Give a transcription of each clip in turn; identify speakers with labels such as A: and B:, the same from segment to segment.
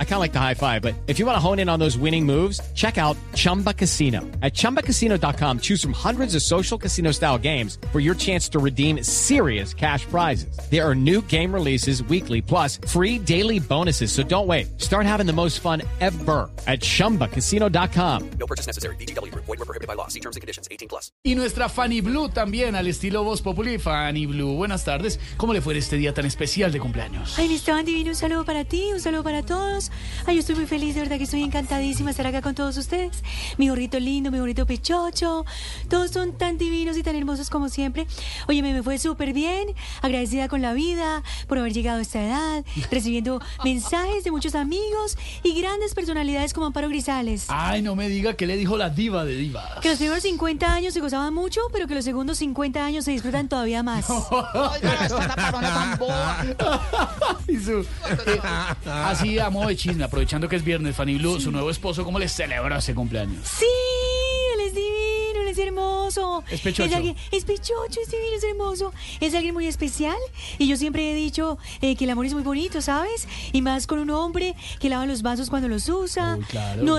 A: I kind of like the high five, but if you want to hone in on those winning moves, check out Chumba Casino. At chumbacasino.com, choose from hundreds of social casino style games for your chance to redeem serious cash prizes. There are new game releases weekly, plus free daily bonuses. So don't wait. Start having the most fun ever at chumbacasino.com.
B: No purchase necessary. BGW. Void were prohibited by law. See terms and conditions. 18 plus.
C: Y nuestra Fanny Blue también, al estilo Voz Populi. Fanny Blue, buenas tardes. ¿Cómo le fue en este día tan especial de cumpleaños?
D: Ay, mi Esteban Divino, un saludo para ti, un saludo para todos. Ay, yo estoy muy feliz, de verdad que estoy encantadísima de estar acá con todos ustedes. Mi gorrito lindo, mi gorrito pechocho. Todos son tan divinos y tan hermosos como siempre. Oye, me, me fue súper bien, agradecida con la vida por haber llegado a esta edad, recibiendo mensajes de muchos amigos y grandes personalidades como Amparo Grisales.
C: Ay, no me diga que le dijo la diva de divas.
D: Que los primeros 50 años se gozaban mucho, pero que los segundos 50 años se disfrutan todavía más.
E: Oiga, está la parona tan boba.
C: Y su- eh, así, a modo de chisme, aprovechando que es viernes, Fanny Blue, su nuevo esposo, ¿cómo le celebró ese cumpleaños?
D: Sí, él es divino, él es hermoso.
C: Es pechocho.
D: alguien- es pechocho, es divino, es hermoso. Es alguien muy especial. Y yo siempre he dicho eh, que el amor es muy bonito, ¿sabes? Y más con un hombre que lava los vasos cuando los usa.
C: Uy, claro.
D: No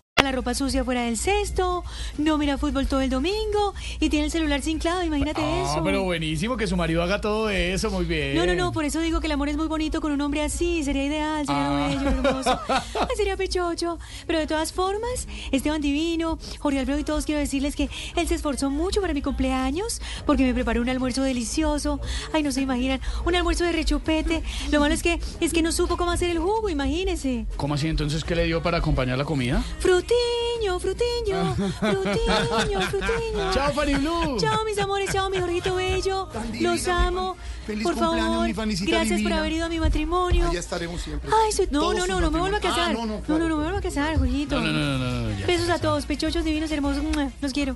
D: mira la ropa sucia fuera del cesto, no mira fútbol todo el domingo y tiene el celular sin clave, imagínate
C: Ah,
D: eso.
C: pero buenísimo que su marido haga todo eso, muy bien.
D: No, no, no, por eso digo que el amor es muy bonito con un hombre así, sería ideal, sería
C: Ah.
D: bello, hermoso, Ay, sería pechocho. Pero de todas formas, Esteban Divino, Jorge Alfredo y todos quiero decirles que él se esforzó mucho para mi cumpleaños porque me preparó un almuerzo delicioso. Ay, no se imaginan, un almuerzo de rechupete. Lo malo es que es que no supo cómo hacer el jugo, imagínense.
C: ¿Cómo así entonces qué le dio para acompañar la comida?
D: Frutiño, frutiño, frutiño, frutiño.
C: Chao, Fanny Blue.
D: Ah. Chao, mis amores, chao, mi Jorgito Bello. Los amo.
F: Feliz
D: por
F: cumpleaños,
D: favor,
F: mi fanicita
D: gracias por
F: divina.
D: haber ido a mi matrimonio.
F: Allá estaremos siempre.
D: Ay, soy- no,
F: Todos
D: no,
F: sus
D: no, no me vuelvo a
F: matrimonios.
D: casar.
F: Ah,
D: no,
F: no, no,
D: no,
F: claro.
D: no me vuelvo a casar, Jorgito.
C: No, no, no, no, no, ya.
D: Besos a todos, pechochos divinos, hermosos. ¡mua! Los quiero.